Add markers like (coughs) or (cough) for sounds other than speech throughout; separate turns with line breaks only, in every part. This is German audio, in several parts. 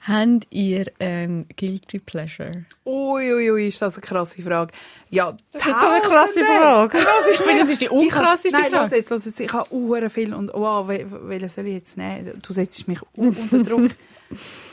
Habt ihr ein Guilty Pleasure?
Uiuiui, ui, ist das eine krasse Frage. Ja, das
ist so eine krasse Frage.
Ah, Das ist,
das ist die unkrasseste
Nein, lass
Frage.
jetzt, lass jetzt. Ich habe uhren viel und wow, wel- welchen soll ich jetzt nehmen? Du setzt mich u- unter (laughs) Druck.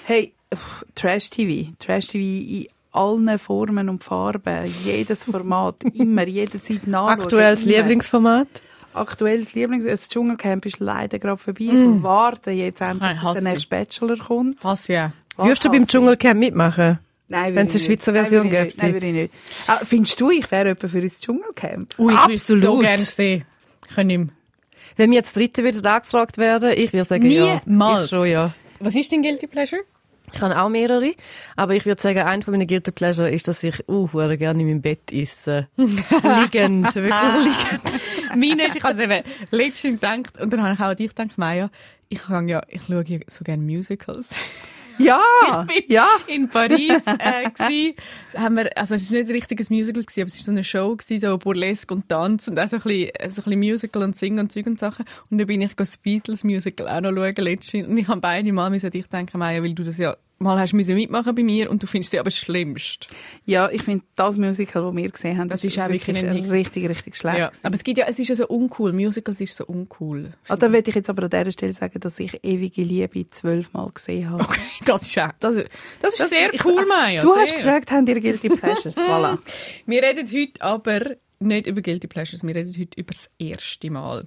hey, pff, Trash-TV. Trash-TV in allen Formen und Farben. Jedes (laughs) Format. immer, jederzeit nachschauen.
Aktuelles
immer.
Lieblingsformat?
Aktuelles Lieblings... Das Dschungelcamp ist leider gerade vorbei. Ich warte jetzt endlich,
Nein,
bis der
hasse
nächste Bachelor kommt.
Hass ja.
Was
Würdest du beim
hasse ich?
Dschungelcamp mitmachen?
Nein, würde
Wenn's
ich
eine
nicht.
Schweizer
Nein,
Version
würde ich nicht.
gäbe.
Nein, würde ich nicht. Ah, findest du, ich wäre jemand für ins Dschungelcamp?
(laughs) Ui, ich würde
Absolut.
so gerne sehen. Ich kann nicht mehr.
Wenn wir jetzt Dritte wieder angefragt werden, ich würde sagen, ja.
Niemals.
Ich schon, ja.
Was ist dein Guilty Pleasure?
Ich habe auch mehrere, aber ich würde sagen, ein von meinen Guilty Pleasure ist, dass ich uh, hure gerne in meinem Bett (laughs) esse. liegend, (laughs) wirklich liegend.
(laughs) Meine ist, ich habe es eben letztens gedacht und dann habe ich auch an dich gedacht, Maya, ich, kann ja, ich schaue ja so gerne Musicals.
Ja,
bin
ja.
in Paris äh, gsi. haben wir, also es ist nicht ein richtiges Musical gewesen, aber es ist so eine Show gewesen, so Burlesque und Tanz und auch so ein bisschen, äh, so ein bisschen Musical und Singen und Zeug und Sachen. Und dann bin ich go das Beatles Musical auch noch schauen letztens. Und ich habe beide Mal müssen an dich denken, Maya, weil du das ja mal hast müssen mitmachen bei mir und du findest sie aber schlimmst.
Ja, ich finde das Musical, das wir gesehen haben,
Das ist auch wirklich ein Hit.
richtig, richtig schlecht.
Ja.
Ja,
Aber es gibt ja, es ist ja so uncool. Musicals ist so uncool.
ah, da würde ich jetzt aber an dieser Stelle sagen, dass ich «Ewige Liebe» zwölfmal gesehen habe.
Okay, das ist auch, das, das ist
Das
Oh, sehr
ist- ich-
cool, Maya.
Du
sehr.
hast gefragt, haben
(laughs)
dir «Guilty Pleasures?» Voilà.
Wir reden heute aber nicht über Guilty Pleasures, wir reden heute über das erste Mal.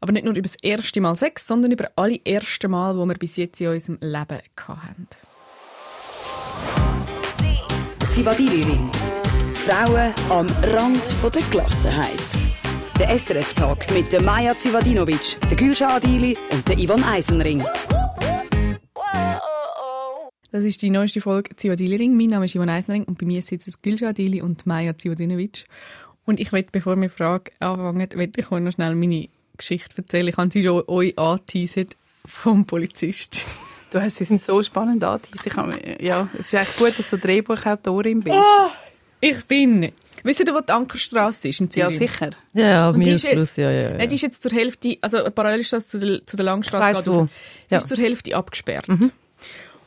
Aber nicht nur über das erste Mal Sex, sondern über alle ersten Mal, die wir bis jetzt in unserem Leben hatten.
Zivadivirin. Frauen am Rand von der Gelassenheit. Der SRF-Tag mit der Maja Zivadinovic, der Gülscha Adili und der Ivan Eisenring.
Das ist die neueste Folge Zivadiliring. Mein Name ist Ivan Eisenring und bei mir sitzen Gülşah Dili und Maja Zivadinovic. Und ich werde, bevor wir die Frage anfangen, möchte ich euch noch schnell meine Geschichte erzählen. Ich habe sie jo- euch angeteasert vom Polizist.
Du hast es so spannend angeteasert. Ich habe- Ja, es ist echt gut, dass du Drehbuchautorin bist.
Oh. Ich bin... Wisst ihr, wo die Ankerstrasse ist in
ja,
Zürich?
sicher.
Ja, auf
Und die
minus
ist jetzt-
plus, ja, ja. ja.
Nein, die ist jetzt zur Hälfte, also parallel ist das zu der, zu der Langstrasse.
Weiss
geht
wo.
auf- Die
Ja. Mhm.
ist zur Hälfte abgesperrt.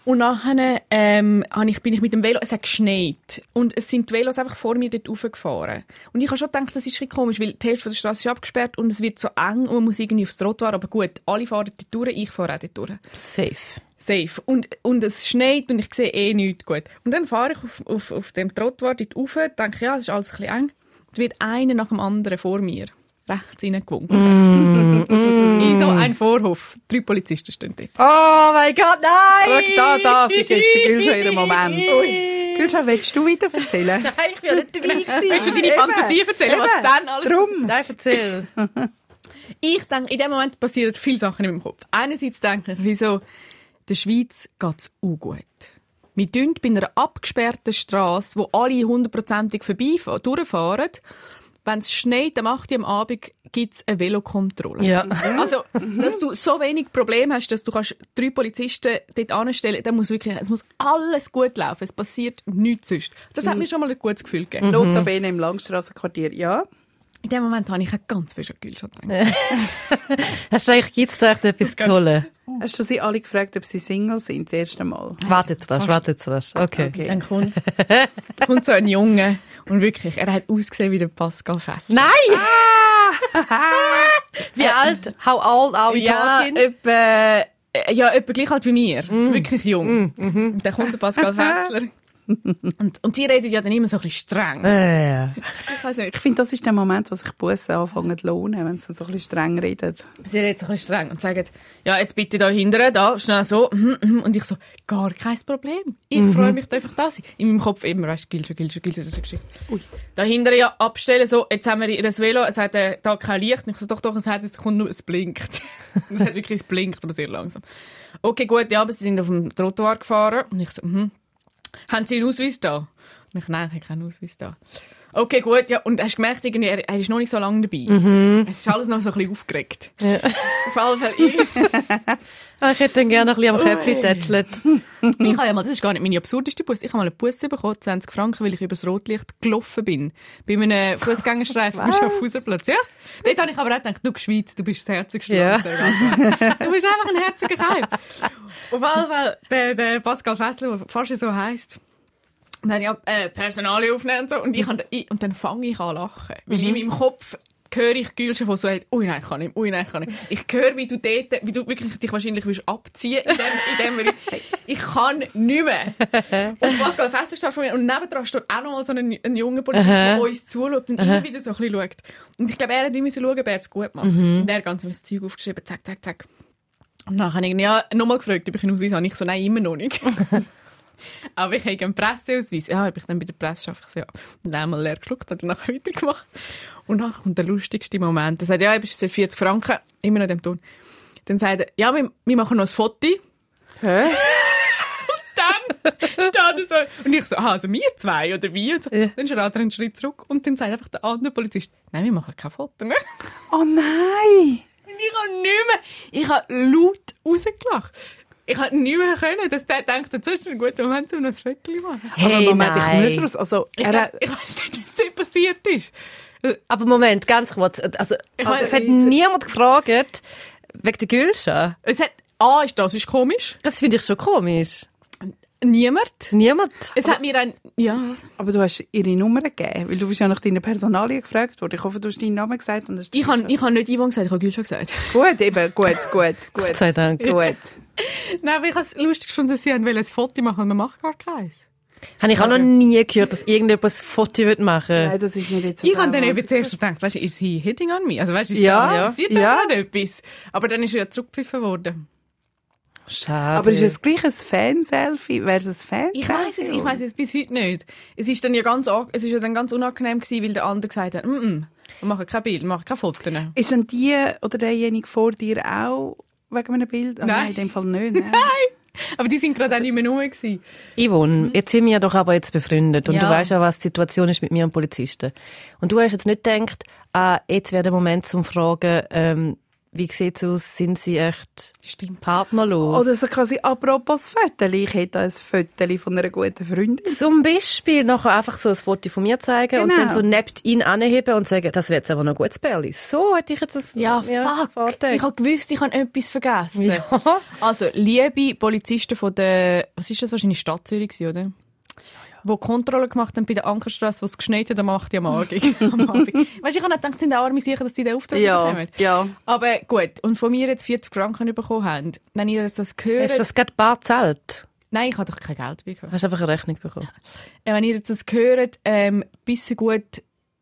Und nachher ähm, hab ich, bin ich mit dem Velo, es hat geschneit. Und es sind die Velos einfach vor mir dort raufgefahren. Und ich habe schon gedacht, das ist ein bisschen komisch, weil die Hälfte von der Straße ist abgesperrt und es wird so eng und man muss irgendwie aufs Trottoir. Aber gut, alle fahren dort durch, ich fahre auch dort durch.
Safe.
Safe. Und, und es schneit und ich sehe eh nichts gut. Und dann fahre ich auf, auf, auf dem Trottoir dort rauf, denke, ja, es ist alles ein bisschen eng. Und wird einer nach dem anderen vor mir rechts reingewunken.
Mm,
In so ein Vorhof. Drei Polizisten stehen dort.
Ah,
Oh mein Gott, nein!
Schau, da, das ist jetzt der Gülscha in Moment. Gülscha, willst du weiter erzählen?
(laughs)
Nein, ich bin nicht (laughs) dabei gewesen.
Willst du deine
Eben.
Fantasie erzählen, was
Eben.
dann alles
Drum.
Nein, erzähl.
ich denke, in dem Moment passieren viele Sachen in meinem Kopf. Einerseits denke ich, wieso, der Schweiz geht es auch gut. Wir tun bei einer abgesperrten Straße, wo alle hundertprozentig vorbeifa- durchfahren, wenn es schneit, am 8. Uhr am Abend gibt es eine Velokontrolle.
Ja.
(laughs) Also, dass du so wenig Probleme hast, dass du kannst drei Polizisten dort anstellen, dann muss wirklich, es muss alles gut laufen. Es passiert nichts sonst. Das hat mir schon mal ein gutes Gefühl
Mhm.
gegeben.
Notabene im Langstrassenquartier, ja.
In dem Moment habe ich auch ganz viel Schockhülle schon gedacht.
Hast du eigentlich, gibt's da echt etwas zu holen?
Hast du sie alle gefragt, ob sie Single sind, das erste Mal?
Wartet rasch, wartet rasch. Okay.
Okay.
Dann (laughs) kommt, kommt so ein Junge und wirklich, er hat ausgesehen wie der Pascal Fest.
Nein! Ah! (laughs) Wie alt? How old are we
ja,
talking?
etwa, äh, ja, etwa gleich alt wie mir. Wirklich jung. Und Dann kommt der (laughs) Pascal Fessler. und, und die reden ja dann immer so ein bisschen streng.
Äh.
Ich weiss nicht,
Ich finde, das ist der Moment, wo sich die Bussen anfangen zu lohnen, wenn sie so ein bisschen streng reden.
sie reden so ein bisschen streng und sagen, ja, jetzt bitte da hinten, da, schnell so. mhm, Und ich so, gar kein Problem. Ich freue mich da einfach da sein. In meinem Kopf immer, weißt du, gilt schon, gilt schon, gilt schon, das ist eine Geschichte.
Ui.
Da hinten ja abstellen, so, jetzt haben wir das Velo, es hat äh, da kein Licht. Und ich so, doch, doch, es hat, es kommt nur, es blinkt. (laughs) es hat wirklich, es blinkt, aber sehr langsam. Okay, gut, ja, aber sie sind auf dem Trottoir gefahren. Und ich so, mhm. Haben sie einen Ausweis da? Und ich, nein, ich habe keinen Ausweis da. okay, gut, ja. Und hast gemerkt, irgendwie, er, er ist noch nicht so lange dabei. Es ist alles noch so ein bisschen aufgeregt. Auf alle Fälle, ich, (laughs)
Ah, ich hätte dann gerne noch ein
Oh,
bisschen am Köpfchen tätschelt.
ich habe ja mal, das ist gar nicht meine absurdeste Busse, ich habe mal eine Busse bekommen, 20 Franken, weil ich übers Rotlicht gelaufen bin. Bei einem Fußgängerstreifen am Schaffhauserplatz, ja. Dort habe ich aber auch gedacht, du Schweiz, du bist das herzigste
Ja.
Land der ganzen Welt. Du bist einfach ein herziger Kerl. Auf alle Fälle, der, der Pascal Fessler, der fast so heisst, Und dann ja äh, Personalien aufnehmen und so. Und, ich, hab- ich, und dann fange ich an zu lachen. Weil in meinem Kopf höre ich Gülschen, die so sagt, ui nein, ich kann nicht, ui nein, ich kann nicht. Ich höre, wie du dort, wie du wirklich dich wahrscheinlich willst abziehen in dem, in dem ich, ich kann nicht mehr. Und Pascal Fester steht vor mir und nebendran steht auch noch mal so ein, ein junger Polizist, der uns zuschaut und immer wieder so ein bisschen schaut. Und ich glaube, er hat nicht müssen schauen, ob er es gut macht. Und er hat ganz das Zeug aufgeschrieben, zack, zack, zack. Und dann habe ich ihn ja nochmal gefragt, ob ich einen Ausweis habe. Ich so, nein, immer noch nicht. Aber ich habe einen Presseausweis. Ja, habe ich dann bei der Presse schaffe ich so, ja. Und einmal leer geschluckt und danach weitergemacht. Und dann kommt der lustigste Moment. Er sagt, ja, du bist für 40 Franken. Immer noch in dem Ton. Dann sagt er, ja, wir, wir machen noch ein Foto.
Hä?
(laughs) Dann steht er so. Und ich so, ah, also wir zwei oder wie? Und so. Dann schreibt er einen Schritt zurück. Und dann sagt einfach der andere Polizist, nein, wir machen kein Foto. Ne?
Oh nein!
(laughs) Und ich habe nicht mehr, ich habe laut rausgelacht. Ich konnte nicht mehr, können, dass der denkt, das ist ein guter Moment, um noch ein Foto zu machen.
Aber
Hey,
Moment,
nein.
ich komme nicht raus. Also,
Ich,
er,
glaub, ich weiß nicht, was da passiert ist.
Aber Moment, ganz kurz. Also,
meine,
also es hat
riesen-
niemand gefragt wegen der Gülscha.
Es hat, ah, ist das ist komisch.
Das finde ich schon komisch.
Niemand.
Niemand.
Es hat mir dann, ja,
aber du hast ihre Nummer gegeben, weil du bist ja nach deiner Personalie gefragt worden. Ich hoffe, du hast deinen Namen gesagt. Und hast
ich habe ich hab nicht Yvonne gesagt, ich habe Gülscha gesagt.
Gut, eben, gut, gut, gut.
Gott sei Dank.
Gut.
(laughs) Nein, aber ich habe es lustig gefunden, dass sie haben wollen ein Foto machen und man macht gar keins.
Habe ich auch noch nie gehört, dass irgendjemand ein Foto machen will.
Nein, das ist mir jetzt
Ich
so
habe dann
wahr.
eben zuerst gedacht, weißt du, ist he hitting on me? Also weißt du, ist
Ja,
da
ja.
passiert
Ja.
da gerade etwas? Aber dann ist er ja zurückgepfiffen worden.
Schade.
Aber ist es gleich ein Fan-Selfie versus fan
Ich weiß es, ich weiß es bis heute nicht. Es ist dann ja ganz, an- es ist ja dann ganz unangenehm gewesen, weil der andere gesagt hat, mm -mm, wir machen kein Bild, wir machen kein Foto.
Ist denn die oder derjenige vor dir auch wegen einem Bild? Ah,
Nein.
nein, in dem Fall (laughs) nicht. Nein.
Aber die sind gerade auch nicht mehr rum gewesen.
Mhm.
Yvonne, jetzt sind wir doch aber jetzt befreundet und
Ja.
du weißt ja, was die Situation ist mit mir und Polizisten. Und du hast jetzt nicht gedacht, ah, jetzt wäre der Moment zum Fragen, ähm, wie sieht's aus, sind sie echt
Stimmt.
partnerlos?
Oder so quasi apropos Föteli. Ich hätte ein Föteli von einer guten Freundin.
Zum Beispiel nachher einfach so ein Foto von mir zeigen und
Genau.
dann so neben ihn anheben und sagen, das wäre jetzt aber noch ein gutes Bärli. So hätte ich jetzt das
Ja, fuck.
vorgedacht.
Ich habe gewusst, ich habe etwas vergessen.
Ja.
Also, liebe Polizisten von der, was ist das wahrscheinlich, Stadt Zürich, gewesen, oder? Wo Kontrollen gemacht haben bei der Ankerstraße, wo es geschneit hat, am 8. am Abend. (laughs) am Abend. Weißt du, ich habe nicht gedacht, sind auch arme sicher, dass die den Auftrag bekommen.
ja.
Aber gut, und von mir jetzt 40 Franken bekommen haben, wenn ihr jetzt das hört...
Hast du das gerade bar zahlt?
Nein, ich habe doch kein Geld bekommen.
Hast einfach eine Rechnung bekommen?
Äh, wenn ihr jetzt das hört, ähm, bisschen gut,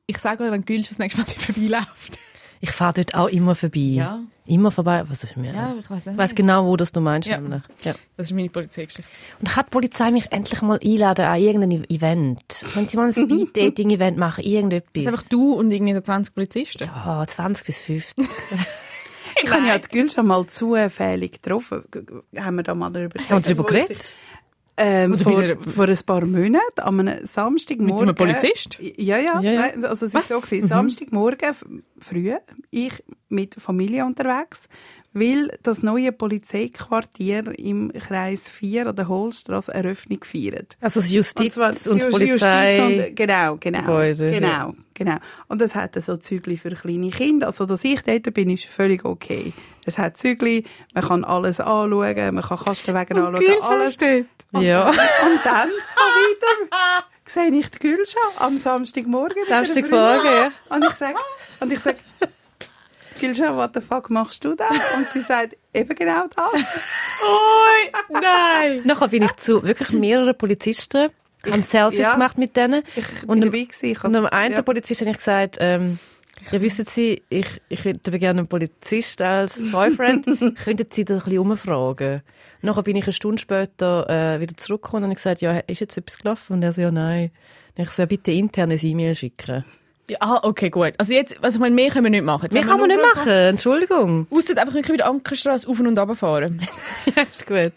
ich sage euch, wenn Gülsch das nächste Mal (laughs) vorbeiläuft.
Ich fahre dort auch immer vorbei.
Ja.
Immer vorbei. Was ist mir?
Ja, ich weiß nicht.
Ich weiss genau, wo das du meinst.
Ja.
Nämlich. Ja.
Das ist meine Polizeigeschichte.
Und kann die Polizei mich endlich mal einladen an irgendein Event? Können sie mal ein Speed-Dating-Event machen?
Das ist einfach
Irgendetwas?
du und irgendwie so 20 Polizisten.
Ja, 20 bis 50.
Ich habe ja die Gülscha mal zufällig getroffen. G- g- Haben wir da mal darüber
Haben wir darüber geredet?
Ähm,
Oder
vor,
eh,
bei einer-
vor ein paar Monaten, an einem Samstagmorgen. Eh,
einem Polizist?
Ja, ja.
Ja, ja.
Nein, Also, es war so, gewesen, dus Samstagmorgen f- früh, ich mit Familie unterwegs, weil das neue Polizeiquartier im Kreis 4 an der Holstrasse Eröffnung feiert.
Also das Justiz und,
Justiz
Polizei.
und- genau, genau.
Gebäude,
genau,
ja.
genau. Und es hat so dus Zügli für kleine Kinder. Also, dass ich dort bin, ist dus völlig okay. Es hat Zügli, man kann alles anschauen, man kann Kastenwagen
Oh,
anschauen, alles.
steht.
ja.
Und
(laughs)
dann von weitem sehe ich die Gülscha am Samstagmorgen. mit einer
Samstagmorgen,
Brille. Und ich sage, und ich sage, Gülscha, what the fuck machst du da? Und sie sagt, eben genau das.
Ui, nein!
Nachher bin ich zu wirklich mehreren Polizisten, haben Selfies
ja.
gemacht mit denen.
Ich
und
bin
am,
dabei gewesen. Ich
und am
hab's-
einen
ja.
Polizist habe ich gesagt, ähm, ja, wissen Sie, ich, ich hätte aber gerne einen Polizist als Boyfriend. Könnten Sie das ein bisschen umfragen? Nachher bin ich eine Stunde später äh, wieder zurückgekommen und habe gesagt, ja, ist jetzt etwas gelaufen? Und er so, ja, nein. Und ich so, ja, bitte intern ein E-Mail schicken.
Ja, ah, okay, gut. Also jetzt, also ich meine, mehr können wir nicht machen. Jetzt
Mehr
haben
kann man
nur
nicht
Fragen.
machen, Entschuldigung.
Ausser einfach wirklich wieder Ankerstrasse auf und runter fahren.
(laughs) Ja, ist gut.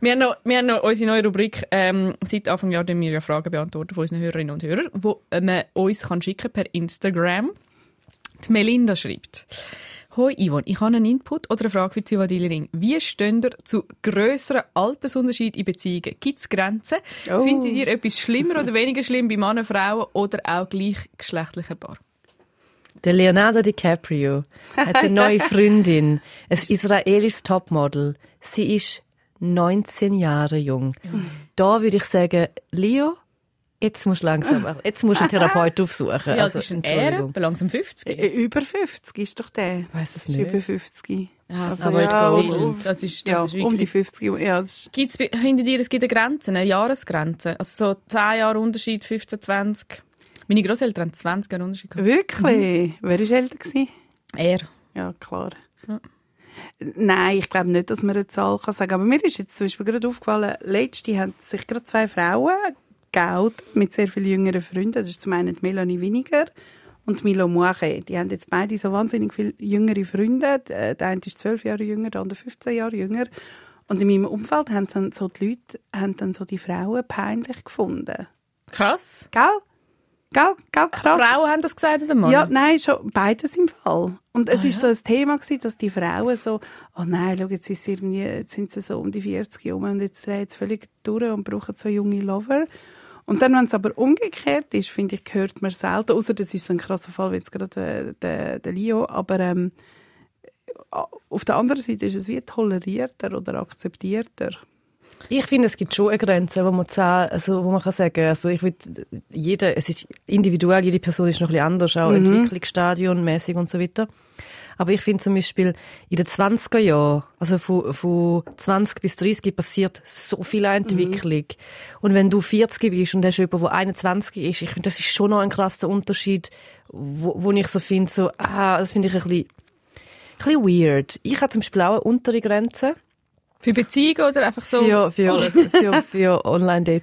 wir, haben noch, wir haben noch unsere neue Rubrik, ähm, seit Anfang Jahr, die wir ja Fragen beantworten von unseren Hörerinnen und Hörern, wo äh, man uns kann schicken per Instagram. Die Melinda schreibt, Hoi Yvonne, ich habe einen Input oder eine Frage für die Zivadiliring. Wie steht ihr zu grösseren Altersunterschieden in Beziehungen? Gibt es Grenzen?
Oh.
Findet ihr etwas schlimmer oder weniger schlimm bei Männern, Frauen oder auch gleichgeschlechtlichen Paaren?
Der Leonardo DiCaprio hat eine neue Freundin, ein israelisches Topmodel. Sie ist 19 Jahre jung. Da würde ich sagen, Leo, jetzt musst du langsam, jetzt musst du einen Therapeut aufsuchen. Also,
Wie alt ist denn er? Langsam 50?
Also, Äh, Über 50 ist doch der.
Weiß es
Ist
nicht.
über 50.
Also, Ja, das
ist gold.
um-
Das ist- das
also, ja,
ist wirklich-
um die 50. Ja, das ist,
Gibt's bei- hinter dir, es gibt eine Grenze, eine Jahresgrenze. Also so 10 Jahre Unterschied, 15, 20. Meine Großeltern haben 20 Jahre Unterschied gehabt.
wirklich? Mhm. Wer war älter? Gewesen?
Er.
Ja, klar. Nein, ich glaube nicht, dass man eine Zahl kann sagen kann. Aber mir ist jetzt zum Beispiel gerade aufgefallen, letzte haben sich gerade zwei Frauen geoutet mit sehr viel jüngeren Freunden. Das ist zum einen die Melanie Winiger und die Milo Moire. Die haben jetzt beide so wahnsinnig viele jüngere Freunde. Äh, Der der eine ist 12 Jahre jünger, der andere 15 Jahre jünger. Und in meinem Umfeld haben dann so die Leute haben dann so die Frauen peinlich gefunden.
Krass.
Gell? Gell? Gell? Krass.
Frauen haben das gesagt oder Mann?
Ja, nein, schon beides im Fall. Und es ist so ein Thema gewesen, dass die Frauen so, oh nein, schau, jetzt, ist sie irgendwie, jetzt sind sie so um die 40 rum und jetzt drehen sie völlig durch und brauchen so junge Lover. Und dann, wenn es aber umgekehrt ist, finde ich, hört man selten, außer das ist so ein krasser Fall, wie jetzt gerade äh, der, der Leo, aber ähm, a- auf der anderen Seite ist es wie tolerierter oder akzeptierter.
Ich finde, es gibt schon eine Grenze, wo man, zah- also, wo man kann sagen also ich würde, jeder, es ist individuell, jede Person ist noch ein bisschen anders, auch Entwicklungsstadion mäßig und so weiter. Aber ich finde zum Beispiel, in den 20er Jahren, also von, von 20 bis 30 passiert so viel an Entwicklung. Und wenn du 40 bist und hast jemanden, der 21 ist, ich finde, das ist schon noch ein krasser Unterschied, wo, wo ich so finde, so, ah, das finde ich ein bisschen, ein bisschen weird. Ich habe zum Beispiel auch eine untere Grenze
Für Beziehungen oder einfach so?
für, für, für, für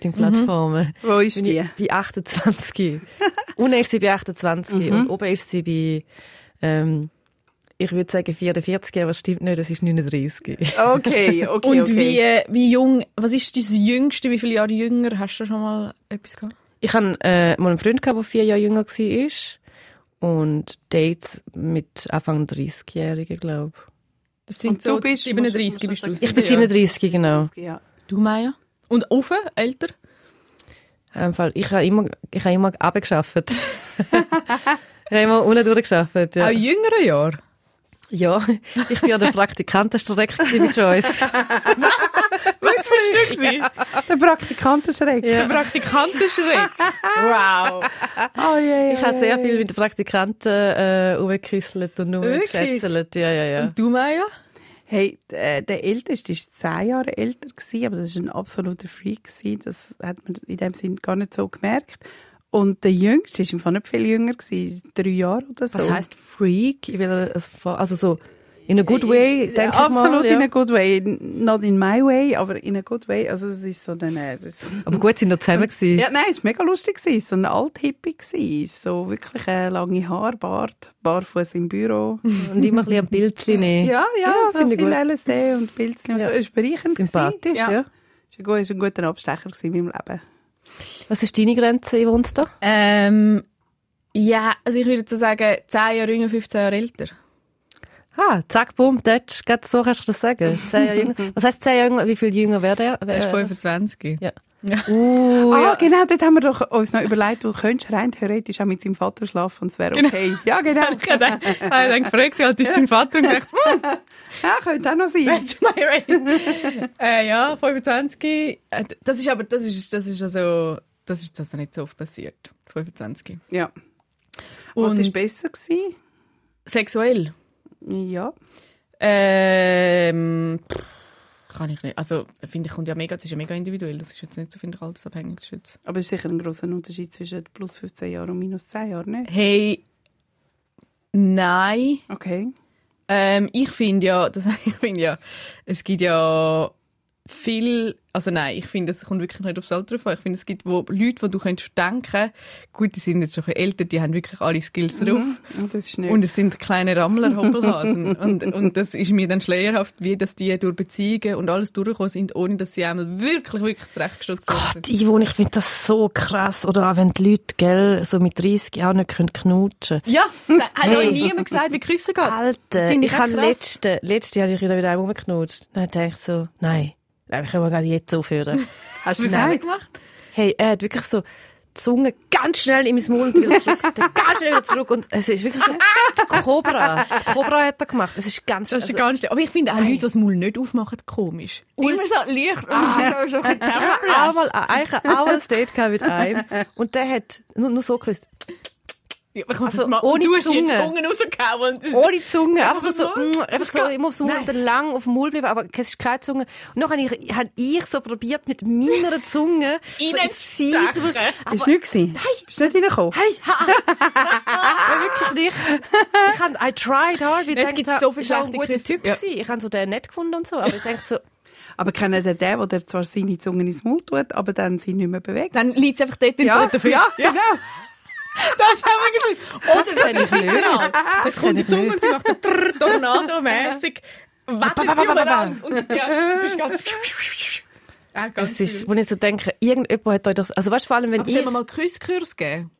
Online-Dating-Plattformen.
Wo ist
Bin
die?
ich Bei 28. Unten ist sie bei 28 und oben ist sie bei, ähm, ich würde sagen 44, aber es stimmt nicht, es ist
(laughs)
39.
Okay, okay,
Und wie, äh, wie jung, was ist dein Jüngste, wie viele Jahre jünger? Hast du schon mal etwas gehabt?
(laughs) Ich hatte äh, mal einen Freund, gehabt, der vier Jahre jünger war und Dates mit Anfang 30-Jährigen, glaube
Das sind
Und du
so
bist-
37
musst
bist
du-
du.
musst du
ich. Ich bin 37, genau.
Ja.
Du, Maya? Und offen, älter?
Ähm, Fall, ich habe immer, ich habe immer abgeschafft. ich habe immer unten durchgeschafft, ja.
Auch jüngere Jahr?
Ja, ich bin ja der Praktikantenstreck gewesen mit Joyce.
Was (laughs) bist du? Ja.
Der Praktikant erschreckt.
Der Praktikantenschreck. wow.
(laughs) Oh, yeah,
Ich habe sehr viel mit den Praktikanten äh, rumgekisselt und nur
Wirklich?
geschätzelt. Ja, ja, ja.
Und du, Maya?
Hey, d- äh, der Älteste ist zehn Jahre älter gewesen, aber das ist ein absoluter Freak gewesen. Das hat man in dem Sinn gar nicht so gemerkt. Und der Jüngste ist im Fall nicht viel jünger gewesen, drei Jahre oder so.
Was heißt Freak? Ich will, also, also so in a good way, denke ich mal.
Absolut in a
ja.
good way. Not in my way, aber in a good way. Also es ist so dann, äh, es ist
Aber gut, sind wir zusammen gewesen.
ja, nein, es war mega lustig. gewesen. So ein Althippie. gewesen. So wirklich äh, lange Haare, Bart, barfuß im Büro.
Und immer ein bisschen ein (laughs) Bildchen nehmen.
Ja, ja,
Ja,
so
finde
viel
ich gut.
LSD und Pilzchen und
Ja.
so. Es war bereichend. gewesen.
Sympathisch, ja.
Es war ein, gut- ein guter Abstecher gewesen in meinem Leben.
Was ist deine Grenze, Yvonne? Da?
Ähm, ja, also ich würde so sagen, 10 Jahre jünger, 15 Jahre älter.
Ah, zack, bumm, Deutsch, gerade so kannst du das sagen. Zehn Jahre jünger. Was heisst zehn Jahre jünger? Wie viel jünger wäre der?
Er ist
Wär-
25.
Ja. Uh,
ah,
ja.
genau, dort haben wir doch uns noch überlegt, du könntest rein theoretisch auch mit seinem Vater schlafen und es wäre okay. Ja, genau. (laughs)
Ich habe dann, ich habe dann gefragt, wie alt ist dein Vater? Und gedacht,
ja, könnte auch noch sein.
that's my range. äh, ja, 25. Äh, Das ist aber, das ist, das ist also, das ist also nicht so oft passiert. 25.
Ja. Was war
Und
besser? Gewesen?
sexuell?
Ja.
Ähm, pff, kann ich nicht. Also, finde ich, kommt ja mega, das ist ja mega individuell. Das ist jetzt nicht so, finde ich, altersabhängig. Das ist jetzt
Aber es ist sicher ein grosser Unterschied zwischen plus 15 Jahren und minus 10 Jahren, ne?
hey, nein.
Okay.
(laughs) Ähm, ich finde ja, das, ich finde ja, es gibt ja viel, also nein, ich finde, es kommt wirklich nicht aufs Alter drauf an. Ich finde, es gibt wo Leute, wo du könntest denken, gut, die sind jetzt schon ein bisschen älter, die haben wirklich alle Skills drauf.
Mhm.
Und das ist nicht.
Und es sind kleine Rammler,
(laughs)
Hoppelhasen. und, und das ist mir dann schleierhaft, wie dass die durch Beziehungen und alles durchgekommen sind, ohne dass sie einmal wirklich, wirklich zurechtgestutzt
Gott, Ivo, ich finde das so krass. Oder auch wenn die Leute, gell, so mit 30 Jahren nicht können knutschen
Ja, da hat hey. euch niemand gesagt, wie Küssen geht.
Alter,
Finde
ich,
ich auch
habe
krass.
letzte, letzte Jahr habe ich wieder wieder einmal rumgeknutscht. Dann dachte ich so, nein, nein, ich kann gerade jetzt
(laughs)
aufhören.
Hast du
Nein.
gesagt?
gemacht?
hey, er hat wirklich so die Zunge ganz schnell in mein Mund und wieder zurück, (laughs) dann ganz schnell wieder zurück und es ist wirklich so, die Cobra, die Cobra hat er gemacht. Es ist ganz,
Das ist
also,
gar nicht. Aber ich finde auch Leute, die das Maul nicht aufmachen, komisch. Immer so leicht. Ah. So ein bisschen
also, ich habe einmal, eigentlich einmal ein Date gehabt mit einem und der hat nur, nur so geküsst.
Ja, aber ich muss
Also,
das mal-
ohne
du hast jetzt
Zunge.
Zungen rausgehauen. Das-
Ohne Zunge, einfach, nur so,
nur?
mm, einfach so immer aufs Maul und dann lang auf dem Maul bleiben, aber es ist keine Zunge. Und dann habe ich, habe ich so probiert mit meiner Zunge so
Ihnen
ins Seil
stechen.
zu-
Ist nicht gewesen? Nein. Bist nicht reingekommen?
Hey, (laughs) ha, wirklich nicht. (laughs) Ich hab, I tried hard. Ich
Nein, es
denke,
gibt
da-
so viele
ist auch ein
schlechte
guter
Küsse.
Typ
Ja.
gewesen. Ich habe so den nett gefunden und so, aber ich denke so,
Aber kennt ihr den, der zwar seine Zunge ins Maul tut, aber dann sie nicht mehr bewegt?
Dann liegt es einfach dort in
Ja,
der Fisch.
ja, genau.
(laughs) Das ist einfach geschlimm. Oder
(laughs) das genau. kenne ich nicht.
Oh, genau. Das kommt die Zunge und sie macht so trrr, Tornado-mässig. Wackelt sie umeinander. Und ja, du bist (laughs) ganz... Ah, ganz
Es ist, wo ich so denke, irgendjemand hat euch das, also weißt du, vor allem, wenn
Aber
ich,
sollen wir mal Kusskurs geben?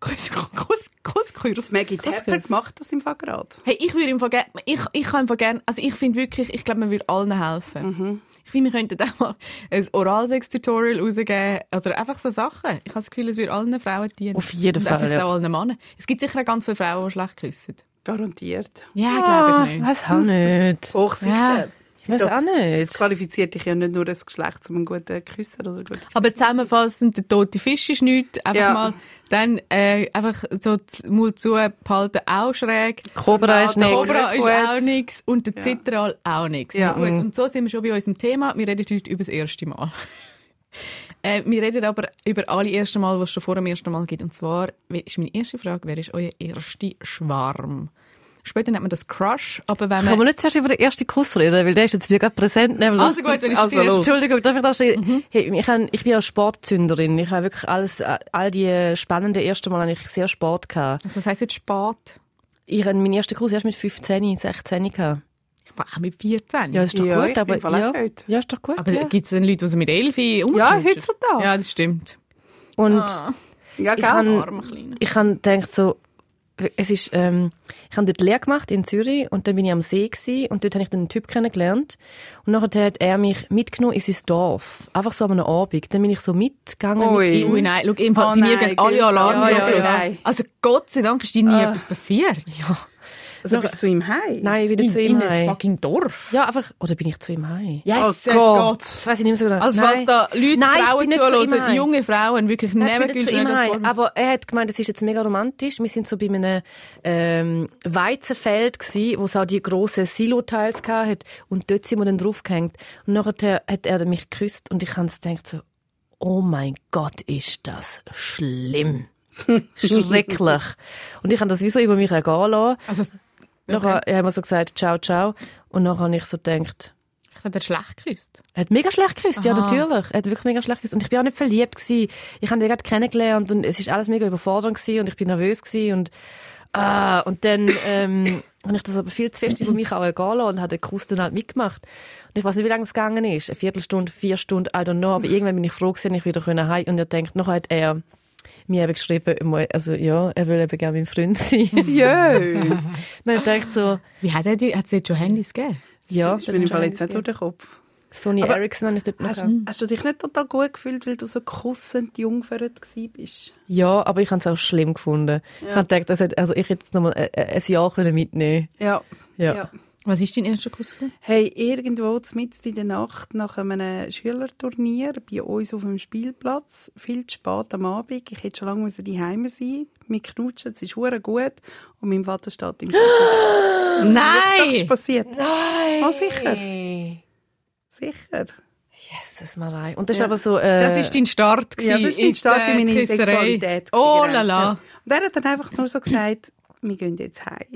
Kuss- Kuss- Kusskurs?
Maggie
Kusskurs.
Tappert macht das im Fall gerade.
Hey, ich würde einfach gerne, ich, ich kann einfach gerne, also ich finde wirklich, ich glaube, man würde allen helfen.
Mhm.
Ich finde, wir könnten da mal ein Oralsex-Tutorial rausgeben oder einfach so Sachen. Ich habe das Gefühl, es würde allen Frauen dienen.
Auf jeden
Und
Fall,
Vielleicht
ja.
auch allen Männern. Es gibt sicher auch ganz viele Frauen, die schlecht küssen.
Garantiert.
Ja, glaube ich nicht.
weiß
(laughs)
auch nicht.
Hochsicher.
Ja.
Weiß
So.
auch nicht.
Das qualifiziert dich ja nicht nur als Geschlecht, zum einen guten Küsser oder guten
Aber zusammenfassend, der tote Fisch ist nichts. Einfach
Ja.
mal, dann äh, einfach so das Mund zu behalten, auch schräg.
Cobra ist
Der
nix.
Cobra ist
Gut.
auch nichts und der Zitral auch nichts.
Ja. Mhm.
Gut. Und so sind wir schon bei unserem Thema. Wir reden heute über das erste Mal. (laughs) Äh, wir reden aber über alle ersten Mal, was es schon vor dem ersten Mal gibt. Und zwar wie- ist meine erste Frage, wer ist euer erster Schwarm? Später nennt man das Crush, aber wenn
Kann man
man...
nicht zuerst über den ersten Kuss reden, weil der ist jetzt wieder gerade präsent. nämlich-
Also gut, wenn ich
also
still-
los. Entschuldigung, darf ich das mhm. hey, ich, hab, ich bin ja Sportzünderin. Ich habe wirklich alles, all die spannenden ersten Mal habe ich sehr Sport gehabt.
Also, was heisst jetzt spät?
Ich habe meinen ersten Kuss erst mit 15, 16 gehabt.
Ich war auch mit 14.
Ja, ist doch
Ja, ich
gut,
bin
aber
im Fall
ja,
auch heute.
ja, ist doch gut.
aber
ja.
gibt es dann Leute, die sie mit 11 umknutschen?
Ja, heutzutage.
Ja, das stimmt.
Und
Ah.
Ja,
ich
gell?
han-
Arme Kleine.
ich han gedacht so, es ist, ähm, ich han dort Lehre gemacht in Zürich und dann bin ich am See gsi und dort habe ich dann einen Typ kennengelernt und nachher hat er mich mitgenommen in sein Dorf, einfach so an einem Abend. Dann bin ich so mitgegangen
Ui.
mit ihm.
Ui, nein, schau, im Fall,
Oh
bei mir
nein,
gehen alle
Christa.
Alarmglocken
Ja, Ah. ja,
los.
ja.
Also Gott sei Dank ist dir nie etwas passiert. Ja.
Also bist du zu ihm heim?
Nein, wieder zu ihm
in einem
heim.
fucking Dorf.
Ja, einfach, oder bin ich zu ihm heim?
Yes,
Oh
es
Gott.
geht.
Das weiß ich nicht mehr so genau.
Also
Nein.
falls da Leute,
Nein, ich bin
Frauen
nicht zu ihm
zuhören,
heim.
junge Frauen, wirklich
Nein,
nehmen
ich bin nicht zu ihm heim.
Aber
Aber er hat gemeint, es ist jetzt mega romantisch. Wir sind so bei einem ähm, Weizenfeld gsi, wo es auch die grossen Silo-Teils gehabt hat. Und dort sind wir dann draufgehängt. Und nachher hat er mich geküsst und ich habe gedacht so, oh mein Gott, ist das (laughs) schlimm. Schrecklich. Und ich habe das wie so über mich ergehen lassen.
also,
Nachher haben wir so gesagt, ciao, ciao. Und nachher habe ich so gedacht,
ich hat er schlecht geküsst.
er hat mega schlecht geküsst, ja,
Aha.
natürlich. Er hat wirklich mega schlecht geküsst. Und ich bin auch nicht verliebt gewesen. Ich habe ihn gerade kennengelernt und es ist alles mega überfordernd gewesen und ich bin nervös gewesen und, ah, und dann, ähm, (coughs) habe ich das aber viel zu fest über mich auch egal und habe den Kuss dann halt mitgemacht. Und ich weiß nicht, wie lange es gegangen ist. Eine Viertelstunde, vier Stunden, I don't know. Aber irgendwann bin ich froh gewesen, dass ich wieder können heim und er denkt, noch hat er mir eben geschrieben, also, ja, er will eben gerne mein Freund sein.
(laughs) Jö.
dann denkt so,
Wie hat er die, hat es jetzt schon Handys gegeben?
ja,
Ich bin im Fall jetzt nicht durch den Kopf.
Sony
Aber-
Ericsson habe ich dort noch
Hast,
gehabt.
hast du dich nicht total gut gefühlt, weil du so kussend Jungfer gewesen bist?
Ja, aber ich habe es auch schlimm gefunden. Ich habe gedacht, das hätte, also ich hätte jetzt nochmal ein, ein Jahr können mitnehmen
Ja.
Ja.
Was ist dein erster Kuss? gewesen?
Hey, irgendwo mitten in der Nacht nach einem Schülerturnier bei uns auf dem Spielplatz, viel zu spät am Abend, ich hätte schon lange müssen daheim sein mit Knutschen, es ist hure gut und mein Vater steht
(gasps)
im Kühlschrank. Das ist
Nein!
passiert.
Nein!
Oh, Sicher.
Jesus, Marei. Und das ist aber so... Äh,
Das
(laughs)
war dein Start.
Ja,
gewesen
dus das ist mein Start
der
in meine
Küsserei.
Sexualität.
eh, Oh
Genau.
la
Ja.
la.
Und er hat dann einfach nur so gesagt, wir gehen jetzt
(laughs)
heim.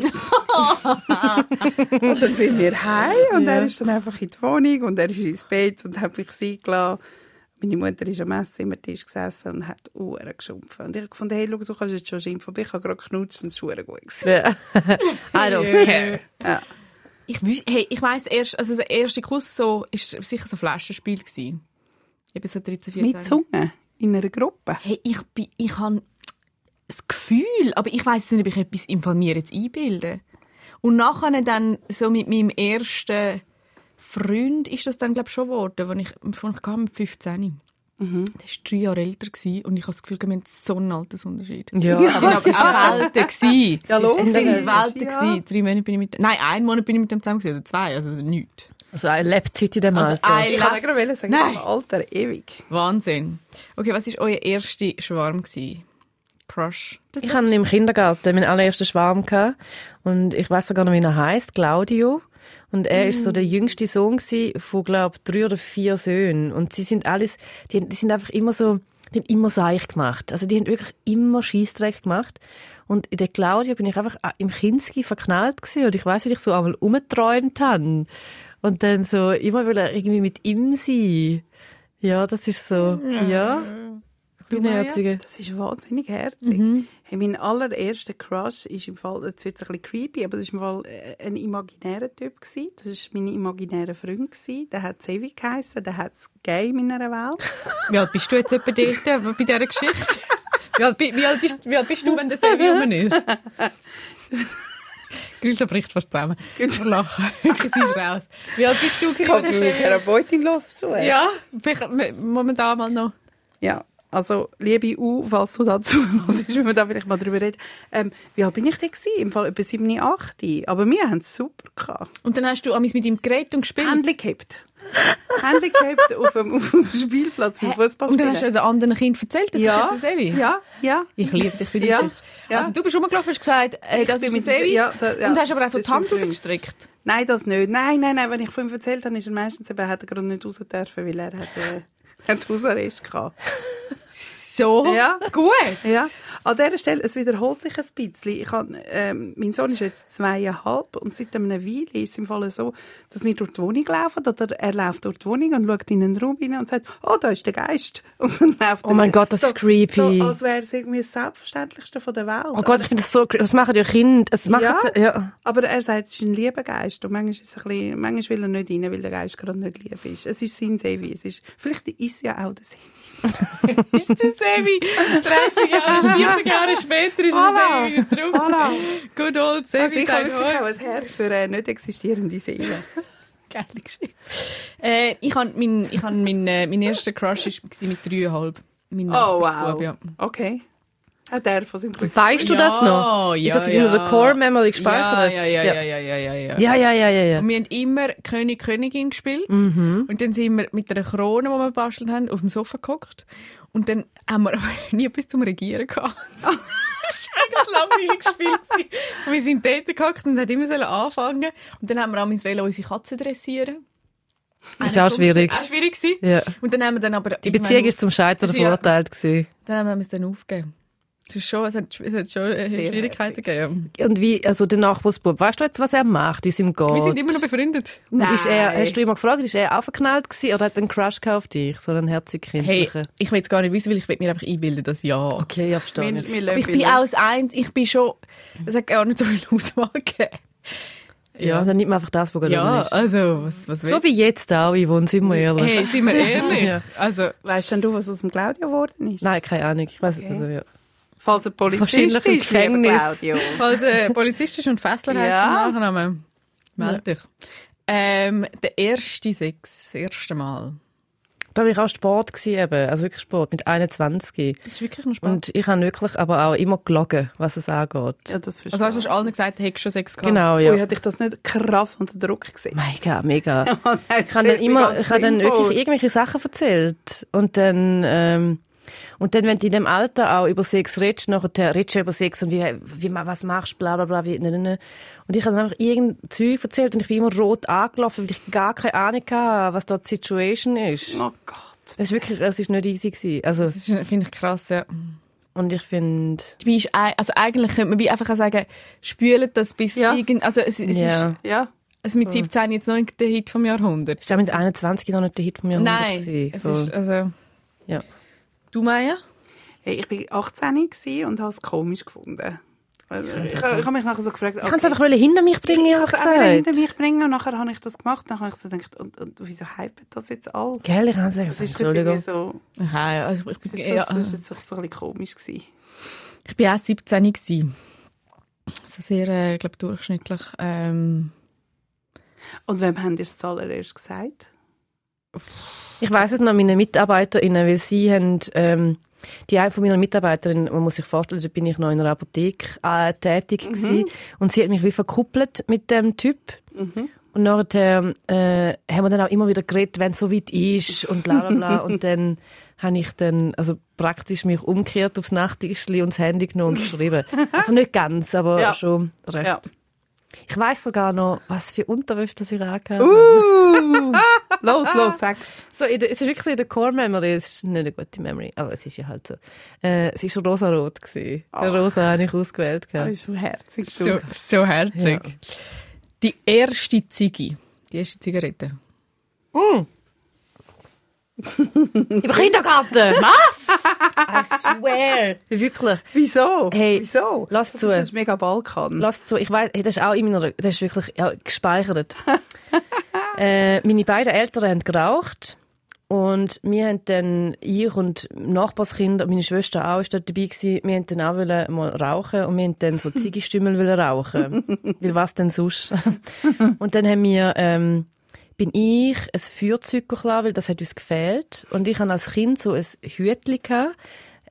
und dann sind wir heim und er nou ist dann einfach in die Wohnung und er ist ins Bett und hat mich sein gelassen. Meine Mutter ist am Esszimmertisch gesessen und hat Uhren geschumpfen. Und ich habe gefunden, hey, schau, du kannst jetzt schon schimpfen, aber ich habe gerade geknutscht und es war verdammt gut. gewesen.
I don't care.
Ja.
Ich, wüs- hey, ich weiss, erst, also der erste Kuss so, ist sicher so ein Flaschenspiel. Gewesen. Eben so 13, 14.
Mit Zunge in einer Gruppe.
Hey, ich, bin, ich habe das Gefühl, aber ich weiß nicht, ob ich etwas im Fall mir jetzt einbilde. Und nachher dann so mit meinem ersten Freund ist das dann, glaube ich, schon geworden, als ich, als ich kam, mit 15. Mhm. Der war drei Jahre älter gewesen und ich habe das Gefühl, wir haben so einen Altersunterschied.
Ja.
Es waren aber Welten. gewesen.
(laughs) Ja, los.
Es waren
Ja.
Welten. gewesen. Drei Monate bin ich mit Nein, einen Monat bin ich mit dem zusammen gewesen, oder zwei, also nichts.
Also eine Lebzeit in dem
Also
Alter.
ein
Ah, Ich kann gerade sagen,
Nein.
Alter, ewig.
Wahnsinn. Okay, was war euer erster Schwarm? Gewesen? Crush? Das-
Ich hatte ihn im Kindergarten meinen allerersten Schwarm gehabt. und ich weiß sogar noch, wie er heißt, Claudio. Und er ist so der jüngste Sohn gsi von glaube drei oder vier Söhnen und sie sind alles, die, die sind einfach immer so, die haben immer seich gemacht. Also die haben wirklich immer Schießdreck gemacht. Und in der Claudio bin ich einfach a- im Kinski verknallt gsi und ich weiß, wie ich so einmal umgeträumt habe und dann so immer will er irgendwie mit ihm sein. Ja, das ist so, ja. Kleinherzige.
Das ist wahnsinnig herzig.
Mhm.
Hey, mein allererster Crush ist im Fall, jetzt wird es ein bisschen creepy, aber das war im Fall äh, ein imaginärer Typ. Gewesen. Das war mein imaginärer Freund. Gewesen. Der hat Sevi geheissen, der hat es gegeben in
(laughs)
meiner Welt.
Wie alt bist du jetzt etwa dort äh, bei dieser Geschichte? Wie alt, bi- wie alt, ist, wie alt bist du, wenn der Sevi rum ist? Gülscha bricht fast zusammen. Wir lachen. Sie ist raus. Wie alt bist du?
Ich habe
gewesen,
früher Therapeutin loszuhören.
Ja, vielleicht m- momentan mal noch.
ja. Also, liebe U, falls du dazu (laughs) hörst, wenn wir da vielleicht mal drüber reden. Ähm, wie alt bin ich denn? Gewesen? Im Fall etwa 7, 8. Aber wir haben es super gehabt.
Und dann hast du amis mit ihm geredet und gespielt.
Händchen gehabt. Händchen gehabt auf dem, auf dem Spielplatz beim
und dann hast du
Fußballspielen.
den anderen Kind erzählt, das
Ja.
ist jetzt der Sevi.
Ja, ja.
Ich liebe dich für die
Ja.
Geschichte.
Ja.
Also du bist rumgelaufen und hast gesagt, äh, das ist der
bin mit dem Se-
Sevi.
ja, da- ja,
und hast aber auch so
das
die Hand
ist mein Freund.
rausgestreckt.
Nein, das nicht. Nein, nein, nein. Wenn ich von ihm erzählt habe, ist er meistens eben, hat er gerade nicht raus dürfen, weil er hat, äh, (laughs) hat Hausarrest gehabt.
So
Ja.
gut.
Ja. An dieser Stelle, es wiederholt sich ein bisschen. Ich habe, ähm, mein Sohn ist jetzt zweieinhalb und seit einer Weile ist es im Fall so, dass wir durch die Wohnung laufen oder er läuft durch die Wohnung und schaut in einen Raum rein und sagt, oh, da ist der Geist. (laughs) Und dann läuft
Oh
er-
mein Gott, das
so,
ist creepy.
So, als wäre es irgendwie das Selbstverständlichste von der Welt.
Oh Gott, ich finde das so, cr- das machen ja Kinder, das machen
Ja.
sie, ja.
Aber er sagt, es ist ein lieber Geist und manchmal, ist es ein bisschen, manchmal will er nicht rein, weil der Geist gerade nicht lieb ist. Es ist sein Sevi. Es ist, vielleicht ist es ja auch das Sevi.
ist der Sebi. 30 Jahre, 40 Jahre später ist
Anna.
der Sebi wieder zurück.
Anna.
Good old Sebi.
Also, Ich habe
sagt hoi.
wirklich auch ein Herz für eine nicht existierende
(laughs)
Seele.
Geile Geschichte. Äh, ich habe mein, ich hab mein, äh, mein erster Crush war mit dreieinhalb. Mein
Oh,
Nachbarsbub, ja.
Okay. Hat er von seinem Glück.
Weißt du das
Ja,
noch?
ja,
ist das in
ja.
unserer Core-Memory gespeichert?
Ja, ja, ja, ja, ja, ja, ja.
Ja, ja, ja, ja, ja.
Und wir haben immer König, Königin gespielt.
Mhm.
Und dann sind wir mit einer Krone, die wir gebastelt haben, auf dem Sofa gehockt. Und dann haben wir (laughs) nie etwas zum Regieren
(laughs)
gehabt. Das war ein langweiliges Spiel. gewesen. Und wir sind dort gehockt und haben immer sollen anfangen. Und dann haben wir am Velo unsere Katze dressieren.
Ist auch schwierig.
Auch schwierig gewesen.
Ja.
Und dann haben wir dann aber...
Die Beziehung ist zum Scheitern
Also, ja.
verurteilt gewesen.
Dann haben wir es dann aufgegeben. Es, ist schon, es, hat, es hat schon äh,
Sehr
Schwierigkeiten gegeben.
Und wie, also der Nachbarsbub, weißt du jetzt, was er macht in seinem Gott?
Wir sind immer noch befreundet.
Und ist er, hast du immer gefragt, ist er auch verknallt gewesen oder hat er einen Crush gehabt auf dich? So einen herzig
Hey,
kindlichen?
ich will es gar nicht wissen, weil ich will mir einfach einbilden, dass ja.
Okay, ja, verstehe ich.
Aber ich bin auch das Einzige, ich bin schon, es hat gar nicht so viel (laughs) Auswahl gegeben.
Ja, dann nimmt man einfach das, was gelungen
Ja,
ist.
also, was, was
So wie jetzt auch, Yvonne, sind wir ehrlich.
Hey, sind wir ehrlich?
Ja.
Also,
Weißt denn du, was aus dem Claudio geworden ist?
Nein, keine Ahnung. Ich weiß, also, ja.
Falls er Polizist
Wahrscheinlich im
ist, lieber
Gefängnis.
Claudio.
falls äh, Polizist ist und Fessler heisst
Ja.
im Nachnamen, melde dich. Ähm, der erste Sex, das erste Mal.
Da war ich auch Sport gewesen, eben. Also wirklich Sport, mit 21.
Das ist wirklich noch spannend.
Und ich habe wirklich aber auch immer gelogen, was es angeht.
Ja, das verstehe
also, hast du hast allen gesagt, du hättest schon Sex gehabt?
Genau,
ich.
ja.
Ui, hat dich das nicht krass unter Druck gesehen?
Mega, mega.
Oh nein,
Ich habe dann immer, ich habe dann wirklich irgendwelche Sachen erzählt. Und dann, ähm, und dann, wenn du in dem Alter auch über Sex redest, nachher redest du über Sex und wie, wie, ma- was machst du, bla, bla, bla, wie, ne, ne, ne. Und ich habe dann einfach irgendein Zeug erzählt und ich bin immer rot angelaufen, weil ich gar keine Ahnung hatte, was da die Situation ist.
Oh Gott.
Es ist wirklich, es ist nicht easy gewesen. Also,
Das ist- finde ich krass, ja.
Und ich finde,
Dabei ist, ei- also eigentlich könnte man wie einfach auch sagen, spülen das bis
Ja.
irgend, also es, es
ja.
ist,
Ja.
also mit 17 jetzt noch nicht der Hit vom Jahrhundert.
Ist das mit 21 noch nicht der Hit vom Jahrhundert?
Nein,
gewesen?
es
Voll.
ist, also,
ja.
du Maya?
Hey, ich war 18 gewesen und habe es komisch gefunden. Also, Ich, ich habe mich nachher so gefragt,
Ich kann es einfach hinter mich bringen,
ich
ehrlich
kann's einfach hinter
gesagt.
mich bringen und nachher habe ich das gemacht. Dann habe ich so gedacht, und, und wieso hypen das jetzt alle?
Gell, ich kann es
Das ist jetzt irgendwie
Entschuldigung.
so,
Nein, also ich
das
bin,
ist,
ja,
jetzt- das ist jetzt so ein bisschen komisch gewesen.
ich bin auch 17 gewesen. So sehr, äh, glaube durchschnittlich, ähm,
Und wem haben ihr das zuallererst gesagt?
Ich weiss es noch, meine MitarbeiterInnen, weil sie haben, ähm, die eine von meiner Mitarbeiterinnen, man muss sich vorstellen, da bin ich noch in einer Apotheke äh, tätig
Mhm.
gewesen, und sie hat mich wie verkuppelt mit dem Typ. Und nachher äh, haben wir dann auch immer wieder geredet, wenn es so weit ist und bla bla bla. und
(laughs)
dann habe ich dann also praktisch mich umgekehrt aufs Nachttischli und das Handy genommen und geschrieben. Also nicht ganz, aber
Ja.
schon recht.
Ja.
Ich weiss sogar noch, was für Unterwäsche das ich angehabt habe.
Los, los,
(laughs)
sag's.
So, in der, es ist wirklich so in der Core Memory, es ist nicht eine gute Memory, aber es ist ja halt so. Äh, es war rosarot. gewesen. Rosa habe ich ausgewählt.
Das
Gehabt.
Ah, ist schon herzig. Du.
so, so herzig.
Ja.
Die erste Ziggy, die erste Zigarette.
Im Kindergarten! Was? I swear! Wirklich.
Wieso?
Hey,
Wieso?
lass
das,
zu.
Das ist mega Balkan.
Lass zu, ich weiß, hey, das ist auch in meiner, das ist wirklich ja, gespeichert. äh, meine beiden Eltern haben geraucht und wir haben dann, ich und Nachbarskinder, meine Schwester auch, ist dort dabei gewesen, wir haben dann auch wollen mal rauchen und wir haben dann so Ziegestümmel wollen rauchen. Weil was denn sonst? und dann haben wir, ähm, bin ich ein Feuerzeug geklaut, weil das hat uns gefehlt. Und ich hatte als Kind so ein Hütli, gehabt,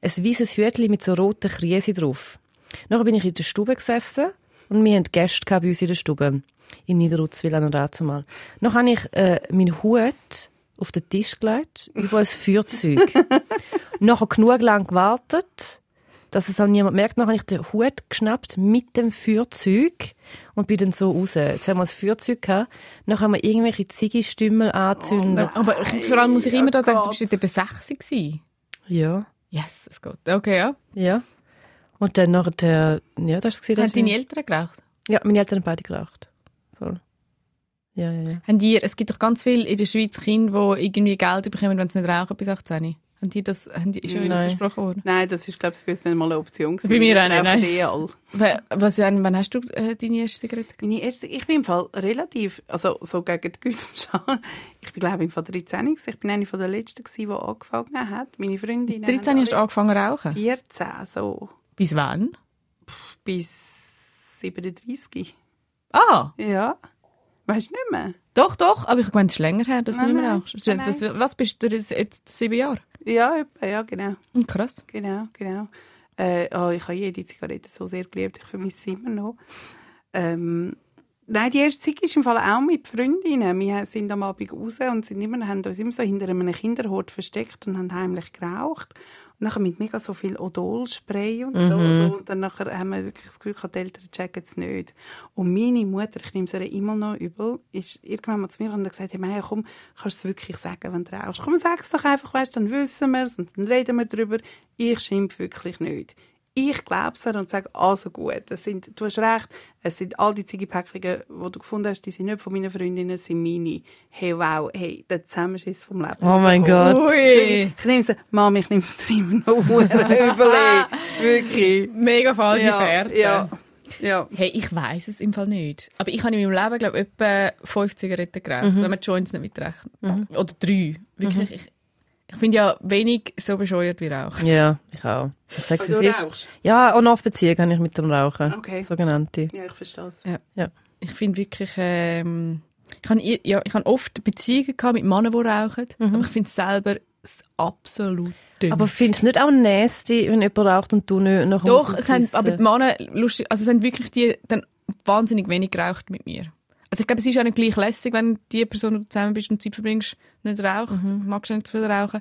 ein weißes Hütli mit so roten Krise drauf. Nachher bin ich in der Stube gesessen und wir hatten Gäste gehabt bei uns in der Stube. In Niederutzwil an der zumal. Noch habe ich äh, meinen Hut auf den Tisch gelegt, über ein Feuerzeug. Nachher genug lang gewartet, dass es auch niemand merkt. Nachher habe ich den Hut geschnappt mit dem Feuerzeug und bin dann so raus. Jetzt haben wir ein Feuerzeug gehabt. Nachher haben wir irgendwelche Ziggistümmel angezündet.
Aber ich, vor allem muss ich
Hey,
immer
oh
daran denken, du
Gott.
bist nicht eben 6 gewesen.
Ja,
Yes, es geht. Okay, ja.
ja. Und dann nachher, der- ja, das war
Haben deine Eltern geraucht?
Ja, meine Eltern haben beide geraucht. Voll. Ja, ja, ja.
Haben die, es gibt doch ganz viele in der Schweiz Kinder, die irgendwie Geld bekommen, wenn sie nicht rauchen bis 18. Haben die das, haben die, ist euch das
Nein.
versprochen worden?
Nein, das ist, glaube ich, bei uns nicht mal eine Option. gewesen.
Bei mir
Das
auch
wäre
nicht,
einfach
nein.
Ideal.
Wa- Was, wann wann hast du äh, deine erste Zigarette gekauft?
Meine erste, ich bin im Fall relativ, also so gegen die Günstigkeit. Ich bin, glaube ich, im Fall 13 gewesen. Ich bin eine von der letzten, gewesen, die angefangen hat. Meine Freundin.
13 hast du angefangen zu rauchen?
14, so
Bis wann?
bis 37.
Ah,
Ja. Weißt du nicht mehr?
doch, doch. Aber ich habe gemeint, es ist länger her, dass
Nein,
du nicht mehr
nein.
rauchst. Das- das- was bist du das- jetzt? Sieben Jahre?
Ja, etwa, ja, genau.
Hm, Krass.
Genau, genau. Äh, oh, ich habe jede Zigarette so sehr geliebt. Ich vermisse sie immer noch. Ähm, nein, die erste Zeit ist im Fall auch mit Freundinnen. Wir sind am Abend raus und sind immer, haben uns immer so hinter einem Kinderhort versteckt und haben heimlich geraucht. Und nachher mit mega so viel Odol-Spray und so. so. Und dann nachher haben wir wirklich das Gefühl gehabt, die Eltern checken es nicht. Und meine Mutter, ich nehme es ihr immer noch übel, ist irgendwann mal zu mir und hat gesagt, hey Maya, komm, kannst du es wirklich sagen, wenn du rauchst? Komm, sag es doch einfach, weißt, dann wissen wir es und dann reden wir drüber. Ich schimpf wirklich nicht. Ich glaube es ihr und sage, also gut, es sind, du hast recht, es sind all die Ziegepäckchen, die du gefunden hast, die sind nicht von meinen Freundinnen, es sind meine. Hey, wow, hey, der Zusammenschiss vom Leben.
Oh mein Gott.
Ui,
Ich nehme es, Mama, ich nehme es immer noch übel. (laughs) Wirklich.
mega falsche Fährte.
ja, ja.
Hey, ich weiß es im Fall nicht. Aber ich habe in meinem Leben, glaube ich, etwa fünf Zigaretten geraucht, wenn man die Joints nicht mitrechnet. Oder drei. Wirklich, ich, ich finde ja wenig so bescheuert wie Rauchen.
Ja, ich auch. Ich sag's,
Also
wie es
du
ist.
rauchst?
Ja, und auf Beziehung habe ich mit dem Rauchen.
Okay.
Sogenannte.
Ja, ich verstehe es.
Ich finde wirklich, ähm, ich habe i- ja, ich habe oft Beziehungen gehabt mit Männern, die rauchen, aber ich finde es selber das absolut dümmste.
Aber findest du nicht auch nasty, wenn jemand raucht und du nicht? Nachher
Doch,
musst du
es haben,
küssen?
aber die Männer, lustig, also es haben wirklich die dann wahnsinnig wenig geraucht mit mir. Also ich glaube, es ist auch nicht gleich lässig, wenn die Person, mit der du zusammen bist und Zeit verbringst, nicht raucht. Magst du nicht zu viel rauchen?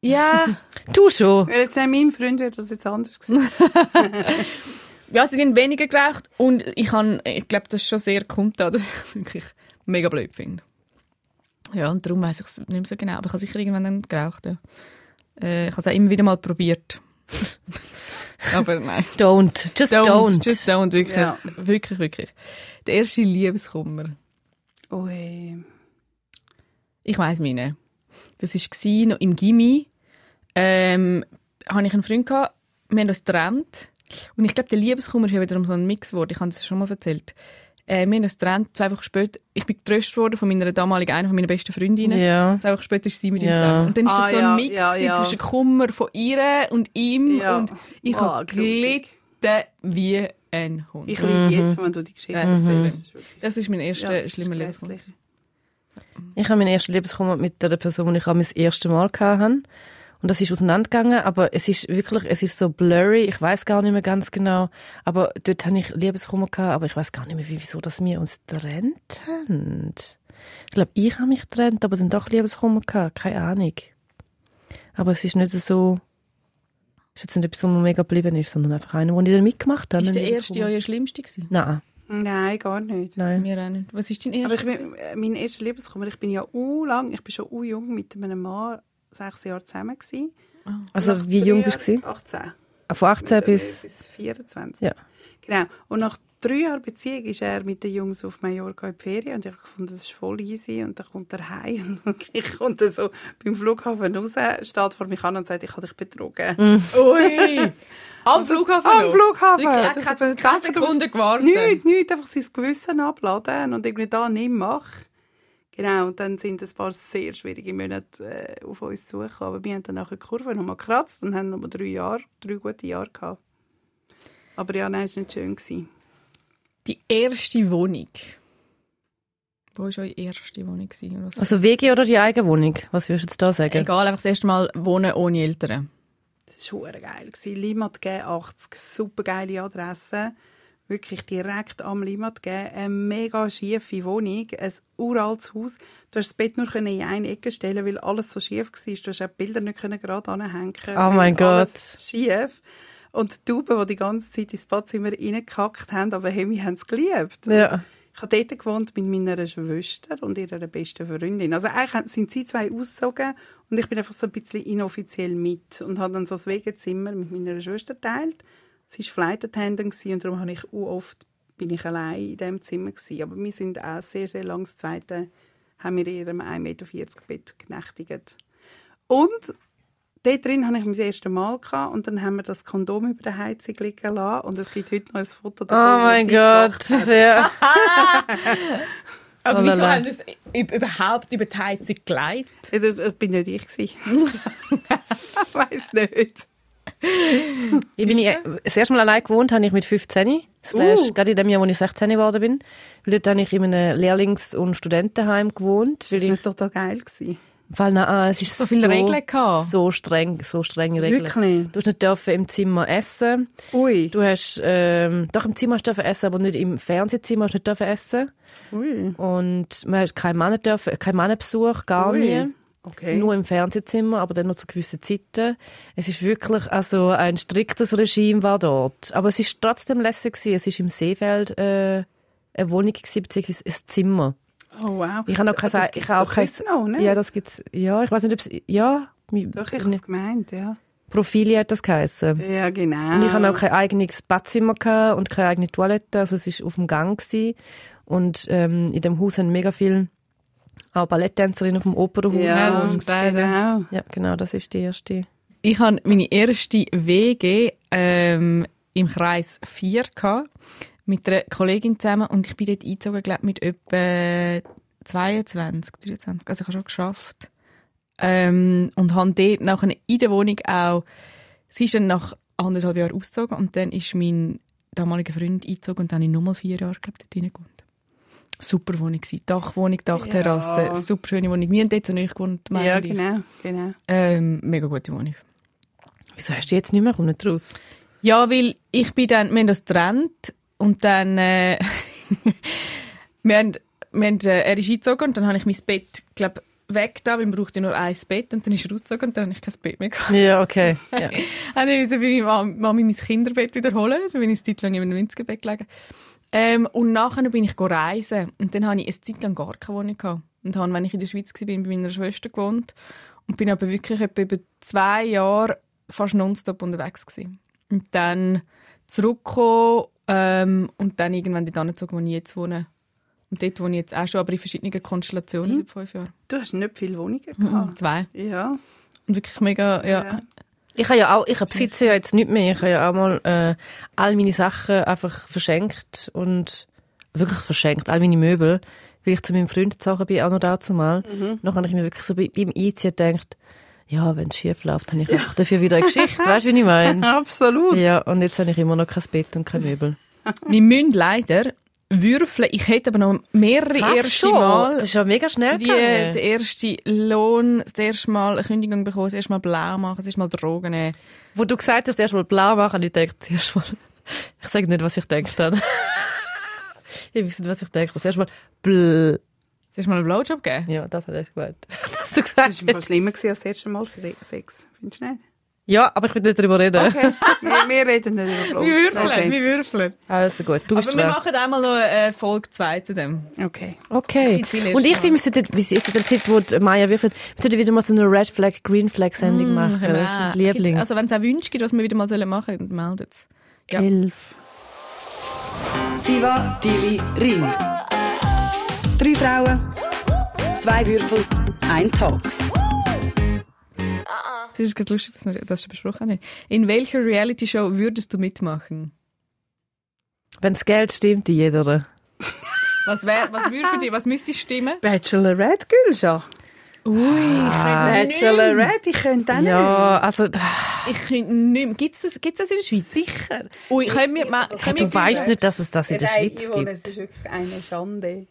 Ja,
Du schon.
Wäre jetzt nicht mein Freund, wäre das jetzt anders gewesen.
ja, sie haben weniger geraucht und ich, kann, ich glaube, das ist schon sehr kundtan, (laughs) dass ich es wirklich mega blöd finde. Ja, und darum weiß ich es nicht mehr so genau, aber ich habe sicher irgendwann dann geraucht. Ja. Äh, ich habe es auch immer wieder mal probiert. (laughs) Aber nein.
Don't, just don't.
Just don't, wirklich.
Ja.
Wirklich, wirklich. Der erste Liebeskummer.
Oh, Ui.
Ich weiß meine. Das war gsi, noch im Gimmi. Ähm, hatte ich einen Freund gehabt, wir haben uns getrennt. Und ich glaube, der Liebeskummer ist ja wiederum so ein Mix geworden. Ich habe es schon mal erzählt. Äh, wir haben uns getrennt, zwei Wochen später. Ich bin getröstet worden von meiner damaligen, einer von meiner besten Freundinnen.
Ja.
Zwei Wochen später ist sie mit ihm
Ja.
zusammen. Und dann war
Ah,
das so ein
ja,
Mix
ja,
gewesen
ja.
zwischen Kummer von ihr und ihm.
Ja.
Und ich
Ah,
habe
grusig.
gelitten wie ein Hund.
Ich liebe jetzt, wenn du die Geschichte
Nein, das ist schlimm.
erzählst. Das ist wirklich-
das ist mein erster
Ja, das ist
schlimmer
grässlich.
Liebeskummer.
Ich habe meinen ersten Liebeskummer mit der Person, die ich auch mein erstes Mal hatte. Und das ist auseinandergegangen, aber es ist wirklich, es ist so blurry, ich weiß gar nicht mehr ganz genau. Aber dort hatte ich Liebeskummer, gehabt, aber ich weiß gar nicht mehr, wie- wieso dass wir uns getrennt haben. Ich glaube, ich habe mich getrennt, aber dann doch Liebeskummer, gehabt, keine Ahnung. Aber es ist nicht so, ist jetzt nicht etwas, was mir mega geblieben ist, sondern einfach einer, den ich dann mitgemacht habe.
Ist
einen
der erste
Liebeskummer.
Jahr ihr schlimmste gewesen?
Nein,
Nein, gar nicht.
nein.
Mir auch nicht. Was ist dein erster?
Aber ich bin, äh, mein erster Liebeskummer, ich bin ja u lang, ich bin schon u jung mit einem Mann sechs Jahre zusammen gewesen.
Also,
Nach
wie
drei
jung bist du?
Jahren-
gewesen?
18.
Von 18 bis,
bis 24.
ja.
Genau. Und nach drei Jahren Beziehung ist er mit den Jungs auf Mallorca in die Ferien und ich fand, das ist voll easy und dann kommt er heim (laughs) und ich komme dann so beim Flughafen raus, steht vor mich an und sagt, ich habe dich betrogen.
Ui! (laughs) Am Flughafen?
Am
noch?
Flughafen!
Wirklich, er
Das
hat
aber-
keine
das-
Sekunde gewartet.
Nichts, nichts, einfach sein Gewissen abladen und irgendwie da nicht machen. Genau, und dann sind ein paar sehr schwierige Monate äh, auf uns zugekommen. Aber wir haben dann nachher die Kurve nochmal gekratzt und haben nochmal drei Jahre, drei gute Jahre gehabt. Aber ja, nein, es war nicht schön. Gewesen.
Die erste Wohnung. Wo war eure erste Wohnung? gewesen? Und Was
Also WG oder die eigene Wohnung? Was würdest du jetzt da sagen?
Egal, einfach das erste Mal wohnen ohne Eltern.
Das war verdammt geil. gewesen. Limat G 80, super geile Adresse. Wirklich direkt am Limat G. Eine mega schiefe Wohnung, ein uraltes Haus. Du hast das Bett nur können in eine Ecke stellen, weil alles so schief war. Du hast auch die Bilder nicht können gerade anhängen
Oh mein
weil alles
Gott.
schief. Und die Tauben, die die ganze Zeit ins Badzimmer reingekackt haben, aber hey, wir haben es geliebt.
Ja.
Ich habe dort gewohnt mit meiner Schwester und ihrer besten Freundin. Also eigentlich haben- sind sie zwei ausgezogen und ich bin einfach so ein bisschen inoffiziell mit und habe dann so das Wegezimmer mit meiner Schwester geteilt. Sie war Flight Attendant gewesen und darum habe ich auch oft bin ich allein in diesem Zimmer gewesen. Aber wir sind auch sehr, sehr lang das zweite, haben wir in ihrem 1,40 Meter Bett genächtigt. Und dort drin hatte ich mein erstes Mal gehabt, und dann haben wir das Kondom über der Heizung liegen lassen und es gibt heute noch ein Foto
Oh
wo
mein
sie gelacht
Gott. Ja.
(laughs) Aber
Oh la
wieso
la.
haben das überhaupt über die Heizung gelegt?
Ja, Das, das bin nicht ich gewesen. (laughs) ich weiß nicht.
Ich bin ich, das erste Mal allein gewohnt habe ich mit 15, slash,
Uh.
gerade in dem Jahr, wo ich 16 geworden bin. Weil dort habe ich in einem Lehrlings- und Studentenheim gewohnt.
Das
Weil ich,
war total geil. Gewesen.
weil, nein, ah, es ist
So viele Regeln gehabt.
so streng, so strenge Regeln.
Wirklich?
Du hast nicht dürfen im Zimmer essen.
Ui.
Du hast, ähm, doch im Zimmer hast du dürfen essen, aber nicht im Fernsehzimmer hast du nicht dürfen essen.
Ui.
Und man hat keinen Mann dürfen, keinen Mannenbesuch, gar
Ui.
nie.
Okay.
Nur im Fernsehzimmer, aber dann nur zu gewissen Zeiten. Es ist wirklich also ein striktes Regime war dort. Aber es ist trotzdem lässig gewesen. Es ist im Seefeld äh, eine Wohnung gewesen, beziehungsweise ein Zimmer.
oh, wow.
Ich habe auch kein,
Das
ich
gibt's
habe auch
doch
kein,
heute noch, ne?
ja, das gibt's, ja, ich weiß nicht, ob es, ja, mi-
Doch, ich habe es gemeint, ja.
Profili hat das geheißen.
Ja, genau.
Und ich hatte auch kein eigenes Badzimmer gehabt und keine eigene Toilette, also es ist auf dem Gang gewesen. Und ähm, in dem Haus haben mega viel auch Balletttänzerinnen auf dem Opernhaus.
ja,
das hast du
das
gesagt,
genau.
ja, genau, das ist die erste.
Ich hatte meine erste WG ähm, im Kreis 4 gehabt, mit einer Kollegin zusammen und ich bin dort eingezogen, glaube mit etwa 22, 23, also ich habe schon geschafft. Ähm, und habe dort nachher in der Wohnung auch, sie ist dann nach anderthalb Jahren ausgezogen und dann ist mein damaliger Freund eingezogen und dann habe ich nochmal vier Jahre, glaube ich, dort reingewohnt. Super Wohnung gewesen. Dachwohnung, Dachterrasse,
Ja.
super schöne Wohnung. Wir haben dort so neu gewohnt, meine
Ja,
ich.
genau. genau.
Ähm, mega gute Wohnung.
Wieso hast du jetzt nicht mehr? Komm nicht raus.
Ja, weil ich bin dann, wir haben das getrennt und dann, äh, (laughs) wir haben, wir haben, äh, er ist eingezogen und dann habe ich mein Bett, glaube weg da, weil man brauchte nur ein Bett und dann ist er ausgezogen und dann habe ich kein Bett mehr gehabt.
Ja, okay. Ja.
Dann musste ich bei meiner Mam- Mami also, mein Kinderbett wiederholen, also bin ich eine Zeit lang in einem Winzgebett gelegen. Ähm, und nachher bin ich go reisen und dann habe ich eine Zeit lang gar keine Wohnung gehabt. Und habe, wenn ich in der Schweiz war, bin, bei meiner Schwester gewohnt und bin aber wirklich etwa über zwei Jahre fast nonstop unterwegs. Gewesen. Und dann zurückgekommen ähm, und dann irgendwann dort angezogen, wo ich jetzt wohne. Und dort wohne ich jetzt auch schon, aber in verschiedenen Konstellationen seit fünf Jahren.
Du hast nicht viele Wohnungen gehabt.
Mhm. Zwei.
Ja.
Und wirklich mega, ja.
Ah. Ja.
Ich habe ja auch, ich besitze ja jetzt nicht mehr. Ich habe ja auch mal äh, all meine Sachen einfach verschenkt und wirklich verschenkt, all meine Möbel, weil ich zu meinem Freund gezogen bin, auch noch dazu mal.
Mhm.
Noch habe ich mir wirklich so bei- beim Einziehen gedacht, ja, wenn es schief läuft, habe ich einfach dafür wieder eine Geschichte. Weißt du, wie
(laughs)
ich meine?
Absolut.
Ja, und jetzt habe ich immer noch kein Bett und kein Möbel.
(laughs) Wir müssen leider würfeln. Ich hätte aber noch mehrere erste Mal
Das ist ja mega schnell
wie äh,
gegangen.
der erste Lohn, das erste Mal eine Kündigung bekommen, das erste Mal blau machen, das erste Mal Drogen nehmen.
Wo du gesagt hast, erstmal blau machen, ich denke, erstmal, (laughs) ich sage nicht, was ich gedacht habe. (laughs) Ihr wisst, was ich denke. Das erstmal bl,
Das erste Mal einen Blowjob geben.
ja, (laughs) das hat ich gemeint. Dass du
Das
gesagt
war fast
hast.
schlimmer gewesen als das erste Mal für den Sex. Findest du
(laughs)
nicht?
Ja, aber ich will nicht darüber reden.
Okay. wir, wir reden nicht über Blut.
Wir würfeln,
Okay.
wir würfeln.
Also gut, du bist
Aber wir
dran.
machen einmal noch eine Folge 2 zu dem.
okay.
Okay.
gibt viele
Und ich
Erste
finde, wir sollten, wie sie jetzt in der Zeit, wo die Maya wirft, wir sollten wieder mal so eine Red Flag, Green Flag Sendung machen. Das ist mein Liebling.
Gibt's- Also wenn es auch Wünsche gibt, was wir wieder mal sollen machen sollen, meldet es. Ja.
Elf.
Ziva, Dili, Ring. Drei Frauen, zwei Würfel, ein Tag.
Das ist gerade lustig, dass wir das schon besprochen haben. In welcher Reality-Show würdest du mitmachen?
Wenn das Geld stimmt, in jeder.
Was, wär, was würde für dich, was müsste stimmen?
Bachelorette, Gülscha. Ah.
Ui, ich könnte nicht mehr.
Bachelorette, ich könnte auch
Ja, also,
Ich könnte nicht mehr. Gibt es das in der
nicht.
Schweiz?
Sicher.
Ui, können wir, mal,
hey,
können wir
du weißt
die-
nicht, dass es das in der
Nein,
Schweiz
Yvonne, Es
gibt.
ist wirklich eine Schande.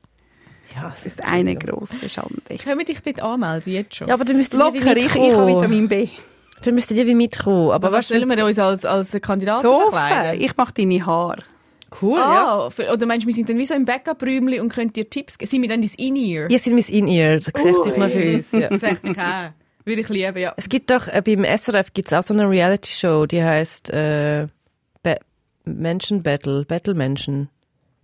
Ja, es
Es ist eine grosse Schande.
Können wir dich dort anmelden, jetzt schon?
Ja, aber du müsstest
Locker, ich, ich habe Vitamin B.
Dann müssten die wie mitkommen.
aber
Aber
was
weißt du,
sollen wir uns als, als Kandidaten
So,
verkleiden?
ich mache deine Haare.
cool, ja.
Ah, für- oder meinst du, wir sind dann wie so im Backup-Räumchen und können dir Tipps geben? Sind wir dann dein In-Ear?
Ihr seid mein In-Ear. Das seht ich noch für
(laughs)
uns. Ja.
Das echt ich auch. Würde ich lieben, ja.
Es gibt doch, äh, beim SRF gibt's auch so eine Reality-Show, die heißt äh, Ba- Menschen Battle, Battle Menschen.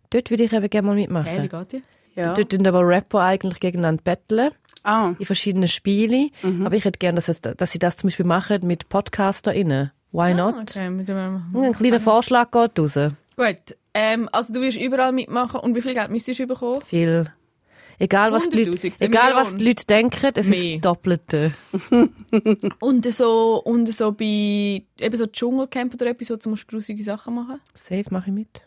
Dort würde ich eben gerne mal mitmachen.
Hey, wie geht dir?
Ja.
Dort tun aber Rapper eigentlich gegeneinander battlen,
Ah,
in verschiedenen Spielen.
Mhm.
Aber ich hätte gerne, dass, es, dass sie das zum Beispiel machen mit PodcasterInnen. Why not?
Ah, Okay, Mhm. mit dem...
Und Ein kleiner Vorschlag geht raus.
Gut. Ähm, also du wirst überall mitmachen und wie viel Geld müsstest du bekommen?
Viel. Egal was, die Leute,
100'000,
egal was die
Million.
Leute denken, es ist
Mehr.
das Doppelte.
Und so, und so bei eben so Dschungelcamp oder etwas, so, musst du grusige Sachen machen.
Safe mache ich mit.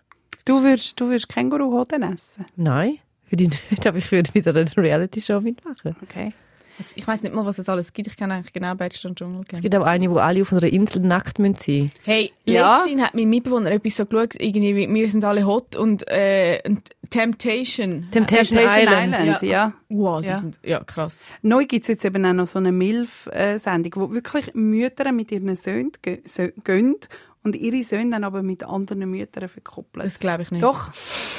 du würdest, du würdest Känguru-Hoden essen.
Nein, würde ich nicht, (laughs) aber ich würde wieder eine Reality-Show mitmachen.
Okay.
Also, ich weiss nicht mal, was es alles gibt. Ich kenne eigentlich genau Bachelor und
Es
Dschungelcamp.
gibt auch eine, wo alle auf einer Insel nackt müssen sein müssen.
Hey,
Ja.
letztens hat mein Mitbewohner etwas so geschaut, irgendwie, wie wir sind alle hot und, äh, und Temptation.
Temptation Island.
Island, ja.
Wow, die
Ja.
sind, ja, krass.
Neu gibt es jetzt eben auch noch so eine MILF-Sendung, wo wirklich Mütter mit ihren Söhnen ge- sö- gehen und ihre Söhne dann aber mit anderen Müttern verkoppeln.
Das glaube ich nicht.
doch,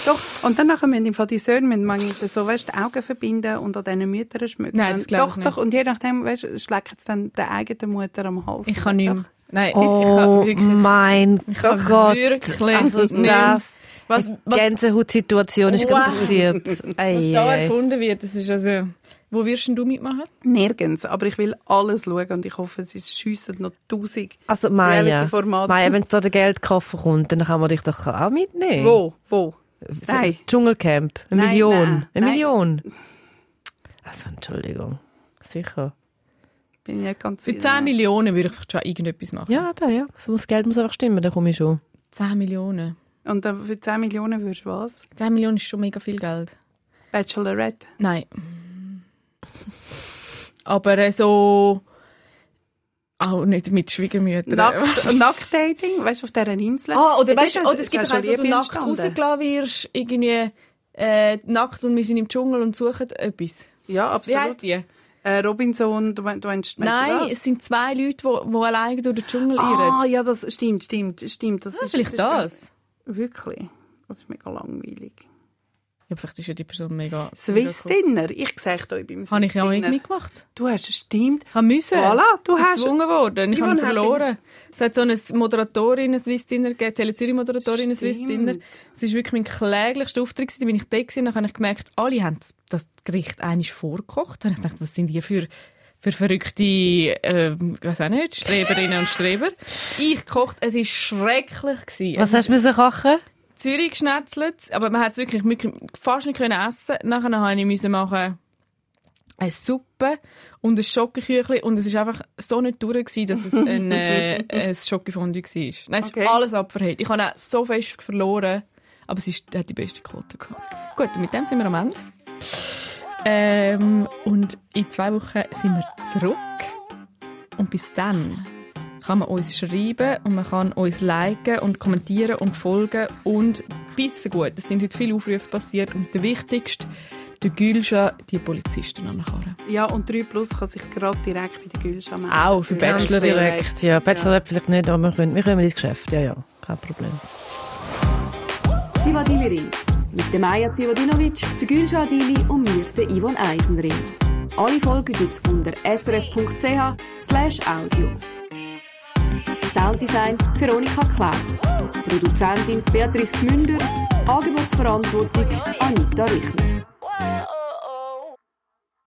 doch. Und dann nachher müssen im Fall die Söhne müssen manchmal so, weißt, die Augen verbinden und an diesen Müttern schmücken.
Nein, das
Und
glaub
Doch,
ich
doch. Und je nachdem, weißt, schlägt es dann der eigenen Mutter am Hals.
Ich kann nicht mehr. Nein, ich
Oh
kann wirklich.
mein
kann
Gott.
wirklich
Also
nicht.
das,
Was,
die
was,
Gänsehautsituation ist gerade
Wow.
passiert. Ei,
was da
ei, ei.
erfunden wird, das ist also... Wo wirst denn du mitmachen?
Nirgends. Aber ich will alles schauen und ich hoffe, es schiessen noch tausend
Also Maya,
Reality-Formate.
Maya wenn da der Geldkoffer kommt, dann kann man dich doch auch mitnehmen.
Wo? Wo?
So,
Nein.
Dschungelcamp. Eine
Nein,
Million.
nein,
Eine
nein.
Million. Also Entschuldigung. Sicher.
Bin ich nicht ganz
Für 10 Millionen würde ich vielleicht schon irgendetwas machen.
Ja, aber ja. So, Das Geld muss einfach stimmen, dann komme ich schon.
10 Millionen.
Und dann für 10 Millionen würdest du was?
10 Millionen ist schon mega viel Geld.
Bachelorette.
(laughs)
Nein. Aber äh, so. Auch nicht mit Schwiegermüttern.
Nackt- (laughs) Nackt-Dating, weißt du, auf dieser Insel.
ah, oder weißt du,
Das-
oder es gibt
das
doch eins,
ist
wo
schon
du nackt
Liebe entstanden.
rausgelassen wirst, irgendwie äh, nackt und wir sind im Dschungel und suchen etwas.
Ja,
Wie
absolut.
heisst die?
Äh, Robinson, du, mein- du meinst, meinst
Nein,
du das?
es sind zwei Leute, die alleine durch den Dschungel
Ah,
irren.
ja, das stimmt, stimmt, stimmt. Das
Ah,
ist,
vielleicht
das.
das.
Ist, wirklich. Das ist mega langweilig.
Ja, vielleicht ist ja die Person mega.
Swiss
mega cool.
Dinner. Ich sehe euch beim
Habe ich
Swiss
auch nicht
Dinner.
mitgemacht.
Du hast, stimmt.
Ich habe müssen.
Voilà, du hast-
Gezwungen worden. Ich
Yvonne
habe
hat
verloren. Es hat so eine Moderatorin, eine Swissdiener gegeben, Tele-Zürich-Moderatorin, eine Swissdiener.
Stimmt.
Es war wirklich mein kläglichster Auftritt. gewesen. Da bin ich da gewesen, dann habe ich gemerkt, alle haben das- das Gericht einmal vorgekocht. Dann habe ich gedacht, was sind die für für verrückte, äh, weiß auch nicht, Streberinnen und Streber. Ich gekocht, es ist schrecklich gewesen.
Was hast du müssen kochen?
Zürich geschnetzelt, aber man hat es wirklich wirklich fast nicht können essen. Nachher musste ich müssen machen eine Suppe und ein Schokoküchli und es ist einfach so nicht durch, gewesen, dass es ein, äh, ein Schokofondue war. Nein, es
Okay.
ist alles abverhält. Ich habe auch so fest verloren, aber es ist, hat die beste Quote gehabt. Gut, und mit dem sind wir am Ende. Ähm, und in zwei Wochen sind wir zurück. Und bis dann kann man uns schreiben und man kann uns liken und kommentieren und folgen und bisschen gut. Es sind heute viele Aufrufe passiert und der wichtigste, der Gülscha, die Polizisten ankarren.
Ja, und 3 Plus kann sich gerade direkt bei der Gülscha melden.
Auch für
Ganz
Bachelor
direkt. Ja, Bachelorette vielleicht nicht, aber wir können, wir können ins Geschäft. Ja, ja, kein Problem.
Zivadili Ring. Mit der Maja Zivadinovic, der Gülşah Adili und mir, der Yvonne Eisenring. Alle Folgen gibt's unter srf.ch slash audio. Sounddesign Veronika Klaus. Produzentin Beatrice Gmünder. Angebotsverantwortung Anita Richner.